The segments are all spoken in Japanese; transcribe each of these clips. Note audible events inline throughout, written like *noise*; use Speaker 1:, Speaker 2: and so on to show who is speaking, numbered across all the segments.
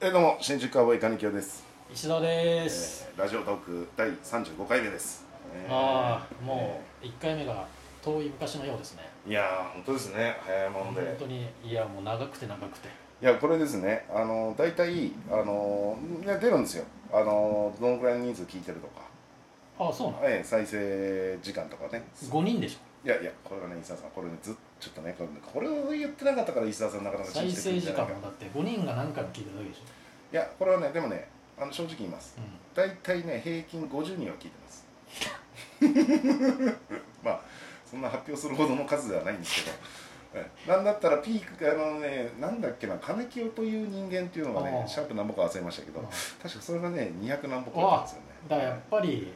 Speaker 1: えどうも新宿アボイ金城です、
Speaker 2: 石田で
Speaker 1: え
Speaker 2: す、
Speaker 1: ーラジオトーク第35回目です、えー
Speaker 2: ああもう1回目が遠い昔のようですね
Speaker 1: いやー本当ですね早いもの
Speaker 2: 本
Speaker 1: で、
Speaker 2: 当にいやもう長くて長くて
Speaker 1: いやこれですねあの大体あのいや出るんですよあのどのくらいの人数聞いてるとか、
Speaker 2: ああそうなの
Speaker 1: えー再生時間とかね
Speaker 2: 5人でしょ
Speaker 1: いやいやこれがね石田さんこれねずっちょっとねこれねこれを言ってなかったから石田さんなかなか
Speaker 2: 再
Speaker 1: 信じてくれる
Speaker 2: 生
Speaker 1: んじ
Speaker 2: 時
Speaker 1: ゃない
Speaker 2: 間
Speaker 1: か
Speaker 2: もだって5人が何回も聞いてるだけでしょ、
Speaker 1: いやこれはねでもねあの正直言います
Speaker 2: う
Speaker 1: 大体ね平均50人は聞いてます *laughs* まあそんな発表するほどの数ではないんですけどえなんだったらピークあのねなんだっけな金清という人間っていうのがね
Speaker 2: ああ
Speaker 1: シャープ何本か忘れましたけど
Speaker 2: んまあ
Speaker 1: 確かそれがね200何本かあったんです
Speaker 2: だ
Speaker 1: よ
Speaker 2: か
Speaker 1: ね
Speaker 2: らやっぱり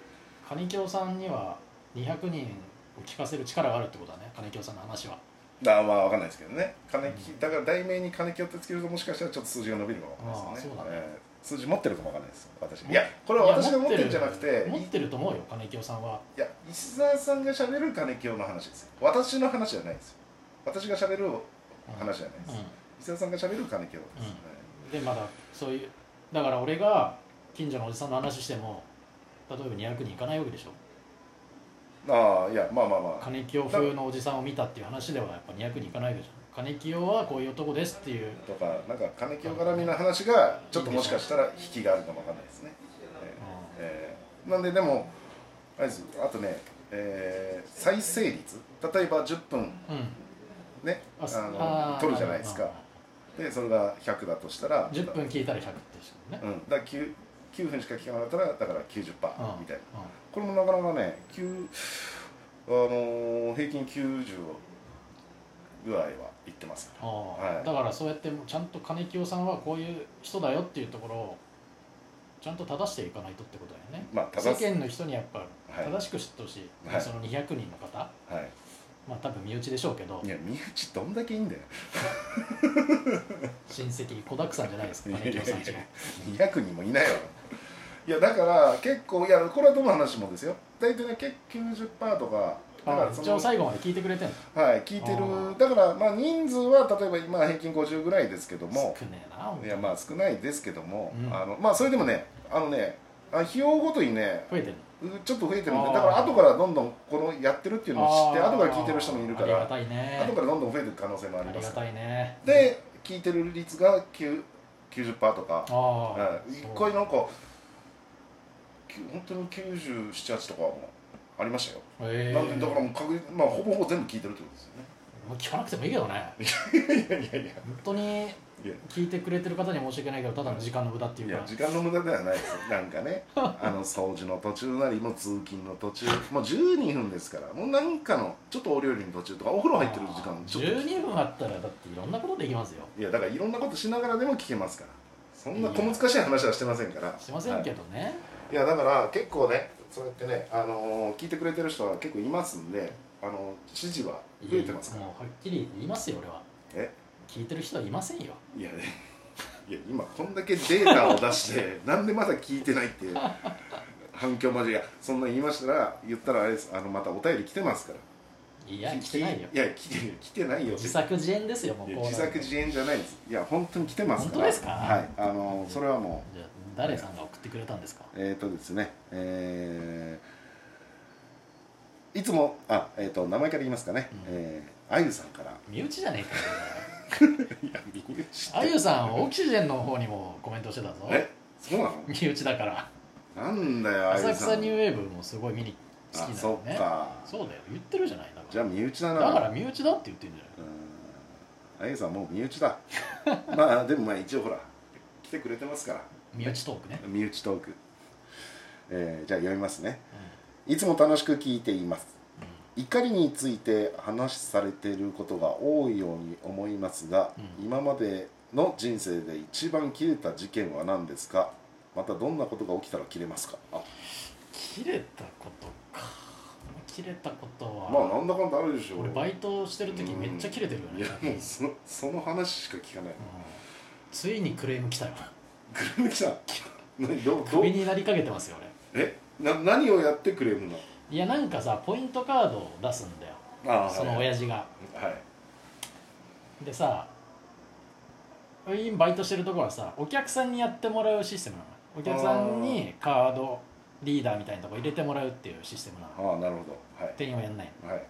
Speaker 2: 金京さんには200人を聞かせる力があるってことだね金京さんの話は、
Speaker 1: だからまあ分かんないですけどね金木だから題名に金清ってつけるともしかしたらちょっと数字が伸びるかもわかんないですよね
Speaker 2: ああそうだね
Speaker 1: えー数字持ってるかもわかんないです私
Speaker 2: も
Speaker 1: いやこれは私が持ってるんじゃなく
Speaker 2: いや
Speaker 1: て
Speaker 2: 持ってると思うよ金京さんはい
Speaker 1: や石澤さんが喋る金清の話ですよ私の話じゃないですよ私が喋る話じゃないです、
Speaker 2: う
Speaker 1: 石澤さんが喋る金清です、
Speaker 2: うんんでまだそういうだから俺が近所のおじさんの話しても例えば200人いかないわけでしょ
Speaker 1: はいああいやまあまあまあ
Speaker 2: 金清風のおじさんを見たっていう話ではやっぱ200人いかないわけじゃん金清はこういう男ですっていう
Speaker 1: とかなんか金清絡みの話がちょっともしかしたら引きがあるかもわかんないですね、えーなんででもあれですあとね、えー再生率例えば10分
Speaker 2: うん、うん
Speaker 1: ねあの
Speaker 2: あー
Speaker 1: 取るじゃないですか
Speaker 2: まあ
Speaker 1: でそれが100だとしたら
Speaker 2: 10分聞いたら100ってしょね
Speaker 1: う、んだから 9, 9分しか聞かなかったらだから90%
Speaker 2: うん
Speaker 1: みたいな
Speaker 2: うん
Speaker 1: これもなかなかね、9あのー平均90ぐらいはいってますか
Speaker 2: あー
Speaker 1: はい
Speaker 2: だからそうやってもうちゃんと金清さんはこういう人だよっていうところをちゃんと正していかないとってことだよね、
Speaker 1: まあ正
Speaker 2: 世
Speaker 1: す
Speaker 2: 間の人にやっぱ
Speaker 1: はい
Speaker 2: 正しく知ってほしい、
Speaker 1: はい
Speaker 2: その200人の方
Speaker 1: ら、はい、
Speaker 2: まあ多分身内でしょうけど
Speaker 1: いや、身内どんだけいいんだよ、
Speaker 2: 親戚子だくさんじゃないですか金清さんちも
Speaker 1: 200人もいないわ。いや、だから結構、いや、これはどの話もですよ、大体ね、結構90%とか、だか
Speaker 2: あ
Speaker 1: ら
Speaker 2: ー
Speaker 1: そ
Speaker 2: 一応
Speaker 1: の、
Speaker 2: 最後まで聞いてくれてんの
Speaker 1: はい、聞いて
Speaker 2: あー
Speaker 1: る、だから、まあ、人数は例えば今、平均50ぐらいですけども、
Speaker 2: 少ねえな本当
Speaker 1: いや、まあ、少ないですけども、
Speaker 2: うん
Speaker 1: あのまあ、それでもね、あのね、あ費用ごとにね、
Speaker 2: 増えてる
Speaker 1: ちょっと増えてるんで
Speaker 2: あー
Speaker 1: だから後からどんどんこのやってるっていうのを知って後から聞いてる人もいるか
Speaker 2: ありが
Speaker 1: ら
Speaker 2: たいね
Speaker 1: 後からどんどん増えていく可能性もあ
Speaker 2: あ
Speaker 1: り
Speaker 2: り
Speaker 1: ま
Speaker 2: が
Speaker 1: す
Speaker 2: たいね
Speaker 1: で聞いてる率が9 90%とか
Speaker 2: ああ、
Speaker 1: はい一
Speaker 2: そう
Speaker 1: 回なんかきゅ本当に978とかもありましたよ、
Speaker 2: へえ
Speaker 1: なんでだからもう確実まあほぼほぼ全部聞いてるってことですよね
Speaker 2: もう聞かなくてもいいけどね
Speaker 1: いやいや
Speaker 2: 本当に
Speaker 1: いや
Speaker 2: 聞いてくれてる方には申し訳ないけどただの時間の無駄ってい
Speaker 1: いうや
Speaker 2: か
Speaker 1: 時間の無駄ではないですよなんか
Speaker 2: *laughs*
Speaker 1: ねあの掃除の途中なりもう通勤の途中もう12分ですからもうなんかのちょっとお料理の途中とかお風呂入ってる時間ちょっと聞いて
Speaker 2: 12分あったらだっていろんなことできますよ
Speaker 1: いやだからいろんなことしながらでも聞けますからそんな小難しい話はしてませんから
Speaker 2: しませんけ
Speaker 1: は
Speaker 2: どね、
Speaker 1: い、いやだから結構ねそうやってね、あのー聞いてくれてる人は結構いますんで、あのー支持は増えてますから
Speaker 2: もうはっきり言いますよ俺は
Speaker 1: え
Speaker 2: 聞いてる人はいませんよ
Speaker 1: いやねいや今こんだけデータを出して
Speaker 2: *laughs*
Speaker 1: なんでまだ聞いてないっていう反響マジいやそんな言いましたら言ったらあれですあのまたお便り来てますから
Speaker 2: い
Speaker 1: い
Speaker 2: や来てないよ
Speaker 1: いや来て来てないよって
Speaker 2: 自作自演ですよもう
Speaker 1: いや
Speaker 2: こうなる
Speaker 1: 自作
Speaker 2: と
Speaker 1: 自演じゃないですいや本当に来てますから
Speaker 2: 本当ですか
Speaker 1: はいあのーそれはもう
Speaker 2: じゃあ誰さんが送ってくれたんですか
Speaker 1: えー、とですね、えーいつも、あ、えー、と名前から言いますかね、
Speaker 2: うん
Speaker 1: えーあゆさんから、
Speaker 2: 身内じゃねえかよ
Speaker 1: いや、身内って
Speaker 2: あゆさんオキシジェンの方にもコメントしてたぞ
Speaker 1: えそうなの
Speaker 2: 身内だから
Speaker 1: なんだよ、あゆ
Speaker 2: 浅
Speaker 1: さ
Speaker 2: 草
Speaker 1: ん。
Speaker 2: ニューウェーブもすごい見に好きな
Speaker 1: あ、
Speaker 2: のね
Speaker 1: そっか。
Speaker 2: そうだよ言ってるじゃないだか
Speaker 1: じゃあ、身内だな。
Speaker 2: らだから身内だって言ってんじゃない
Speaker 1: うんあゆさん、もう身内だ。 *laughs* まあ、でも、まあ、一応、ほら、来てくれてますから、
Speaker 2: 身内トークね、
Speaker 1: 身内トーク。えーじゃあ、読みますね。いつも楽しく聞いています。怒りについて話されていることが多いように思いますが、
Speaker 2: うん
Speaker 1: 今までの人生で一番切れた事件は何ですかまたどんなことが起きたら切れますかあ
Speaker 2: うん、切れたことか切れたことは、
Speaker 1: まあなんだかんだあるでしょ
Speaker 2: 俺バイトしてる時めっちゃ切れてるよ
Speaker 1: い
Speaker 2: ね
Speaker 1: や、もうそのその話しか聞かない
Speaker 2: うんついにクレーム来たよ
Speaker 1: クレーム来た
Speaker 2: *laughs*
Speaker 1: 何どうど
Speaker 2: ク
Speaker 1: う
Speaker 2: ビになりかけてますよ
Speaker 1: えな何をやってクレームなの
Speaker 2: 俺いやなんかさポイントカードを出すんだよ
Speaker 1: あ
Speaker 2: その
Speaker 1: はい
Speaker 2: 親父が
Speaker 1: はい
Speaker 2: でさ今バイトしてるところはさお客さんにやってもらうシステムなのお客さんにカードリーダーみたいなとこ入れてもらうっていうシステムなの
Speaker 1: ああなるほどはい
Speaker 2: 店員はやんないの
Speaker 1: はい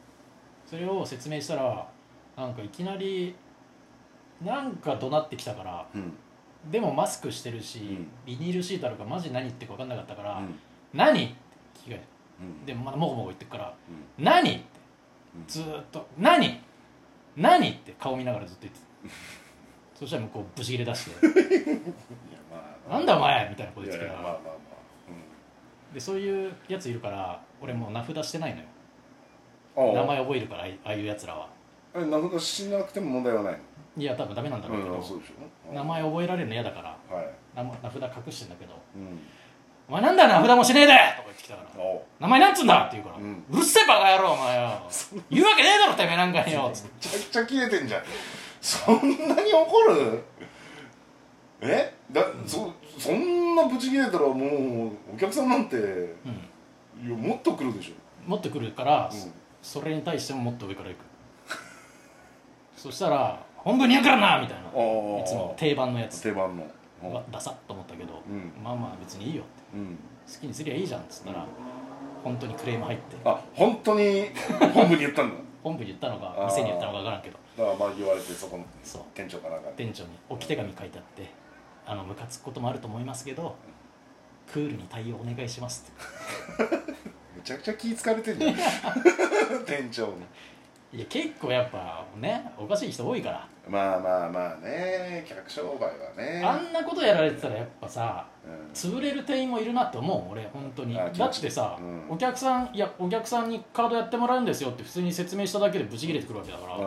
Speaker 2: それを説明したらなんかいきなりなんか怒鳴ってきたから
Speaker 1: うん
Speaker 2: でもマスクしてるし、
Speaker 1: うん
Speaker 2: ビニールシートあるからマジ何言ってるか分かんなかったから「
Speaker 1: うん
Speaker 2: 何?」って聞かれて
Speaker 1: うん
Speaker 2: でもまだもごもご言ってくから
Speaker 1: うん
Speaker 2: 「何?」って
Speaker 1: うん
Speaker 2: ずーっと「何何?」って顔見ながらずっと言って
Speaker 1: *laughs*
Speaker 2: たそしたら向こうブチ切れ出して
Speaker 1: いやま
Speaker 2: 「
Speaker 1: あ
Speaker 2: なんだお前!」みたいなこと
Speaker 1: い
Speaker 2: 言っ
Speaker 1: や
Speaker 2: て
Speaker 1: い
Speaker 2: き
Speaker 1: や
Speaker 2: た
Speaker 1: まあ
Speaker 2: か
Speaker 1: まあま
Speaker 2: ら
Speaker 1: あ
Speaker 2: でそういうやついるから俺もう名札してないのよ
Speaker 1: うん
Speaker 2: 名前覚えるからああいああいうやつらは
Speaker 1: あれ名札しなくても問題はない
Speaker 2: いや多分ダメなんだろうけ
Speaker 1: のうんそ
Speaker 2: ど
Speaker 1: うでしょ
Speaker 2: 名前覚えられるの嫌だから
Speaker 1: はい
Speaker 2: 名前名札隠してんだけど
Speaker 1: うん
Speaker 2: 「お前なんだ名札もしねえで!」とか言ってきたから
Speaker 1: おう
Speaker 2: 「名前なんつうんだ!」って言うから「
Speaker 1: う
Speaker 2: うんるせえバカ野郎お前よ言うわけねえだろてめえなんかによ」つって
Speaker 1: めちゃくちゃ切れてんじゃん *laughs* そんなに怒るえだそそんなブチ切れたらもうお客さんなんてい
Speaker 2: うん
Speaker 1: やもっと来るでし
Speaker 2: 持ってくるから、
Speaker 1: ょ、うん
Speaker 2: それに対してももっと上から行くそしたら「本部にやからな!」みたいない
Speaker 1: あー
Speaker 2: つも定番のやつ
Speaker 1: 定番のうん
Speaker 2: はダサっと思ったけど、
Speaker 1: うん
Speaker 2: まあまあ別にいいよって
Speaker 1: うん
Speaker 2: 好きにすりゃいいじゃんっつったら、本当にクレーム入って
Speaker 1: あ本当に本部に言ったんだ
Speaker 2: 本部に言ったのか
Speaker 1: あー
Speaker 2: 店に言ったのか分からんけど
Speaker 1: だからまあ言われてそこの
Speaker 2: そう
Speaker 1: 店長かなんかに
Speaker 2: 店長に置き手紙書いてあって「あのムカつくこともあると思いますけどクールに対応お願いします」っ
Speaker 1: めちゃくちゃ気ぃつかれてるじゃ
Speaker 2: *laughs*
Speaker 1: ん店長に
Speaker 2: ていや結構やっぱねおかしい人多いから、
Speaker 1: まあまあまあね客商売はね
Speaker 2: あんなことやられてたらやっぱさ
Speaker 1: うん
Speaker 2: 潰れる店員もいるなって思う俺本当に
Speaker 1: あ
Speaker 2: だ
Speaker 1: 気持ち
Speaker 2: ってさ、
Speaker 1: うん
Speaker 2: お客さんいやお客さんにカードやってもらうんですよって普通に説明しただけでブチ切れてくるわけだから、
Speaker 1: あ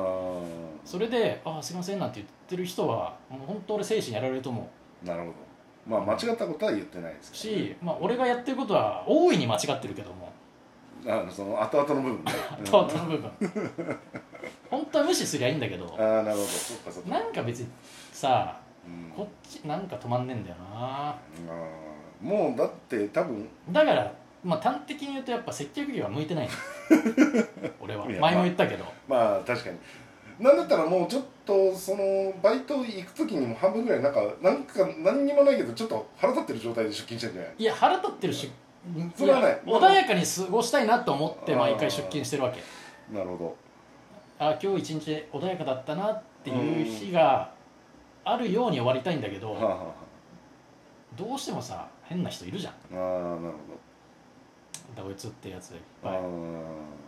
Speaker 2: それで「ああすいません」なんて言ってる人はもう本当俺精神やられると思
Speaker 1: ーなるほどまあ間違ったことは言ってないです
Speaker 2: う
Speaker 1: けどね
Speaker 2: し、まあ、俺がやってることは大いに間違ってるけども
Speaker 1: あのその後々の部分ね
Speaker 2: 後々の部分本当は無視すりゃいいんだけど
Speaker 1: うんああなるほどそっかそっか
Speaker 2: なんか別にさ
Speaker 1: うん
Speaker 2: こっちなんか止まんねえんだよな
Speaker 1: あーもうだって多分
Speaker 2: だからまあ端的に言うとやっぱ接客業は向いてない
Speaker 1: *laughs*
Speaker 2: の俺はい
Speaker 1: や
Speaker 2: 前も言ったけど
Speaker 1: まあ確かになんだったらもうちょっとそのバイト行く時にも半分ぐらいなんかなんか何にもないけどちょっと腹立ってる状態で出勤してんじゃない
Speaker 2: いや腹立ってるしうん
Speaker 1: それはない
Speaker 2: いや穏やかに過ごしたいなと思って毎回出勤してるわけ
Speaker 1: なるほ
Speaker 2: あ今日一日穏やかだったなっていう日があるように終わりたいんだけ
Speaker 1: どはあ、
Speaker 2: ど
Speaker 1: は
Speaker 2: どうしてもさ変な人いるじゃん
Speaker 1: あはあ、あーなる
Speaker 2: だこいつってやつがいっ
Speaker 1: ほど、
Speaker 2: ぱい
Speaker 1: あー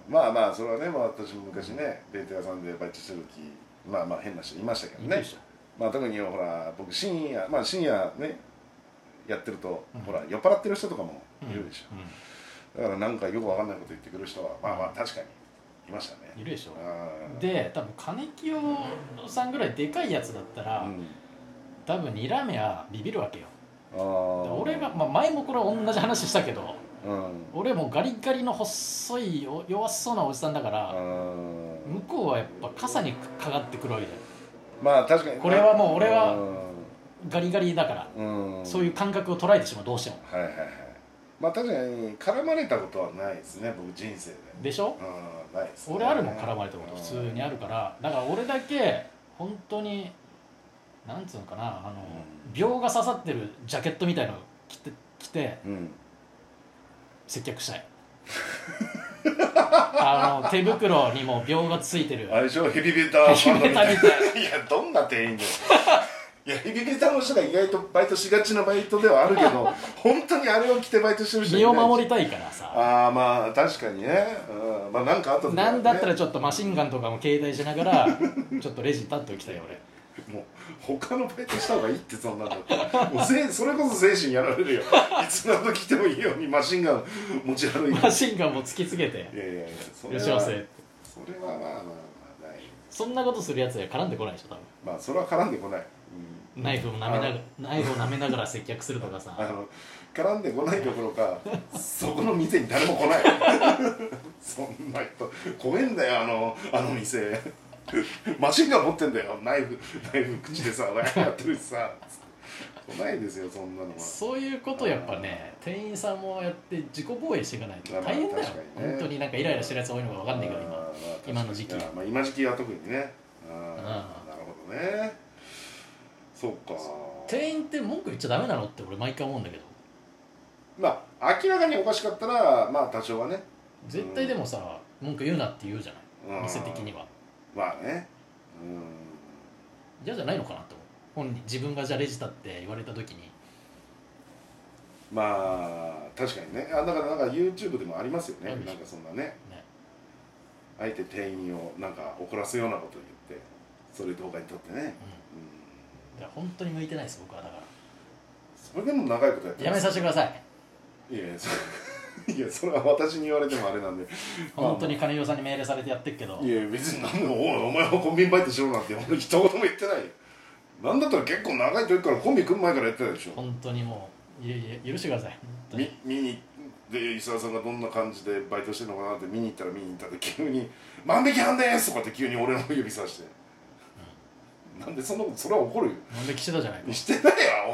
Speaker 1: まあまあそれはね、まあ、私も昔ね弁当屋さんでバイトしてる時まあまあ変な人いましたけど
Speaker 2: いる
Speaker 1: ね
Speaker 2: でしょ
Speaker 1: まあ特にほら僕深夜まあ深夜ねやってると、
Speaker 2: うん
Speaker 1: ほら酔っ払ってる人とかも
Speaker 2: うん
Speaker 1: いるでしょ、
Speaker 2: う
Speaker 1: だからなんかよくわかんないこと言ってくる人はまあまあ確かにいましたね
Speaker 2: んいるでしょ
Speaker 1: あー
Speaker 2: で多分金清さんぐらいでかいやつだったら、
Speaker 1: うん
Speaker 2: 多分睨めやビビるわけよ
Speaker 1: あー
Speaker 2: 俺が、まあ、前もこれ同じ話したけど
Speaker 1: うん
Speaker 2: 俺もガリガリの細いお弱そうなおじさんだから、
Speaker 1: あー
Speaker 2: 向こうはやっぱ傘にかかってくるわけだよ
Speaker 1: まあ確かに
Speaker 2: これはもう俺は
Speaker 1: う
Speaker 2: ガリガリだから、
Speaker 1: んうん
Speaker 2: そういう感覚を捉えてしまうどうしても
Speaker 1: はいはいはいまあ確かに絡まれたことはないですね僕人生で
Speaker 2: でしょ
Speaker 1: うんないですね
Speaker 2: 俺あるもん絡まれたこと普通にあるからだから俺だけ本当になんつうのかなあの
Speaker 1: うん
Speaker 2: 秒が刺さってるジャケットみたいの着て着て
Speaker 1: うん
Speaker 2: 接客
Speaker 1: *laughs*
Speaker 2: したいあの手袋にも秒がついてる
Speaker 1: あれでしょヘビメタファンドみたい
Speaker 2: ヘビメタみ
Speaker 1: ないやどんな店
Speaker 2: *laughs*
Speaker 1: 員だよいやヘビメタの人が意外とバイトしがちなバイトではあるけ
Speaker 2: *laughs*
Speaker 1: ど本当にあれを着てバイトしてる人い
Speaker 2: 身を
Speaker 1: ない
Speaker 2: 守りたいからさ
Speaker 1: ああまあ確かにね、うん、まあなんかあった時はね
Speaker 2: なんだったらちょっとマシンガンとかも携帯しながらちょっとレジに立っておきたいよ俺
Speaker 1: もう他のバイトした方がいいってそんなんだったらもうせそれこそ精神やられる
Speaker 2: *laughs*
Speaker 1: よいつなど来てもいいようにマシンガン持ち歩い
Speaker 2: *laughs*
Speaker 1: て
Speaker 2: マシンガンも突きつけて
Speaker 1: いやいやいやそ
Speaker 2: 「い
Speaker 1: れ
Speaker 2: ら
Speaker 1: は
Speaker 2: っしゃいませ」って
Speaker 1: それはまあまあまあない
Speaker 2: そんなことするやつは絡んでこないでしょ多
Speaker 1: まあそれは絡んでこない、
Speaker 2: 分ナイフを舐めながらナイフを舐めながら接客するとか
Speaker 1: あ
Speaker 2: さ
Speaker 1: の絡んでこないどころかそこの店に誰も来ない *laughs* そんな人怖えんだよあのあの店マシンガン持ってんだよナイフナイフ口でさわーやってるしさ来ないですよそんなのは
Speaker 2: そういうことやっぱね店員さんもやって自己防衛していかないと大変だ
Speaker 1: ま
Speaker 2: よ
Speaker 1: あ確かにね
Speaker 2: 本当になんかイライラしてるやつ多いのか分かんないけど
Speaker 1: あーまあ
Speaker 2: 今
Speaker 1: 確かに
Speaker 2: 今の時期
Speaker 1: あーまあ、今時期は特にねあー
Speaker 2: うん
Speaker 1: なるほどねそうか
Speaker 2: 店員って文句言っちゃダメなのって俺毎回思うんだけど
Speaker 1: まあ明らかにおかしかったらまあ多少はね
Speaker 2: 絶対でもさ、文句言うなって言うじゃない
Speaker 1: うん
Speaker 2: 店的には
Speaker 1: まあねうん
Speaker 2: 嫌じゃないのかなと思う本人自分がじゃあレジ立って言われた時に
Speaker 1: まあ確かにねあだからなんか YouTube でもありますよね
Speaker 2: あるでし
Speaker 1: な
Speaker 2: ょ
Speaker 1: んかそんなね
Speaker 2: ね
Speaker 1: あえて店員をなんか怒らすようなことを言ってそれ動画に撮ってね、
Speaker 2: う
Speaker 1: うん
Speaker 2: だから本当に向いてないです僕はだか
Speaker 1: それでも長いことやって
Speaker 2: らやめさせてください
Speaker 1: いいやいやそれ *laughs* いやそれは私に言われてもあれなんで
Speaker 2: *laughs* 本当に金城さんに命令されてやってるけど
Speaker 1: いや別に何でもおいお前はコンビニバイトしろなんて俺一言も言ってないよなんだったら結構長い時からコンビ組む前からやってたでしょ
Speaker 2: 本当にもういやいや許してください本当
Speaker 1: み
Speaker 2: に
Speaker 1: 見にで石澤さんがどんな感じでバイトしてるのかなって見に行ったら見に行ったで急に「万引き犯です!」とかって急に俺の指さして、なんでそんなことそれは怒るよ
Speaker 2: 万引きしてたじゃないか
Speaker 1: してないわお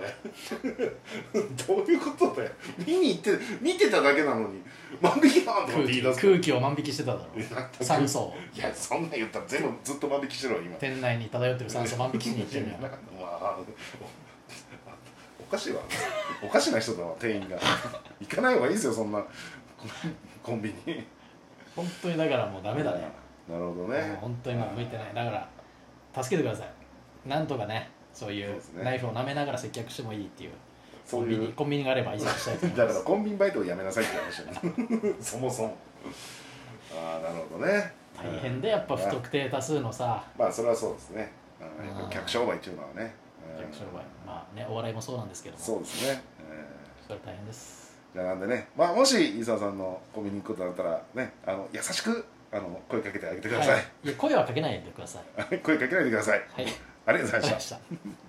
Speaker 1: いお *laughs* いどういうことだよ見に行って見てただけなのに万引き犯とかって言
Speaker 2: 空
Speaker 1: い
Speaker 2: 気
Speaker 1: 出すか
Speaker 2: 空気を万引きしてただろ
Speaker 1: らえなんだ
Speaker 2: 酸素を
Speaker 1: いやそんなん言ったら全部ずっと万引きしてるわ今
Speaker 2: 店内に漂ってる酸素万引きしに行ってる
Speaker 1: *laughs*
Speaker 2: ん
Speaker 1: いやなん
Speaker 2: や
Speaker 1: かまあおおかしいわおかしな人だわ店員が行かない方がいいですよそんなコンビニ
Speaker 2: 本当にだからもうダメだね
Speaker 1: なるほど
Speaker 2: もう
Speaker 1: ね
Speaker 2: 本当にもう向いてないだから助けてくださいなんとかねそうい
Speaker 1: そう
Speaker 2: う
Speaker 1: ですね
Speaker 2: ナイフを舐めながら接客してもいいっていう
Speaker 1: そ
Speaker 2: コ
Speaker 1: う
Speaker 2: ンビ
Speaker 1: い *laughs*
Speaker 2: ニ
Speaker 1: う
Speaker 2: コンビニがあれば移籍したいと思い
Speaker 1: だ
Speaker 2: ま
Speaker 1: から
Speaker 2: す
Speaker 1: コンビニバイトをやめなさいって話だ
Speaker 2: *laughs*
Speaker 1: ねそもそもああなるほどね
Speaker 2: 大変でやっぱ不特定多数のさ
Speaker 1: まあそれはそうですねうんやっぱ
Speaker 2: うん
Speaker 1: り客商売っていうのはねうん
Speaker 2: 客商売まあねお笑いもそうなんですけども
Speaker 1: そうですねうん
Speaker 2: それは大変です
Speaker 1: じゃあなんでね、まあ、もし伊沢さんのコンビニに行くことだったらねあの優しくあの声かけてあげてください
Speaker 2: はい、いや声はかけないでください
Speaker 1: *laughs* 声かけないでください。
Speaker 2: はい
Speaker 1: ありがとうござい
Speaker 2: わ
Speaker 1: ま
Speaker 2: か
Speaker 1: し
Speaker 2: り
Speaker 1: た
Speaker 2: ま。した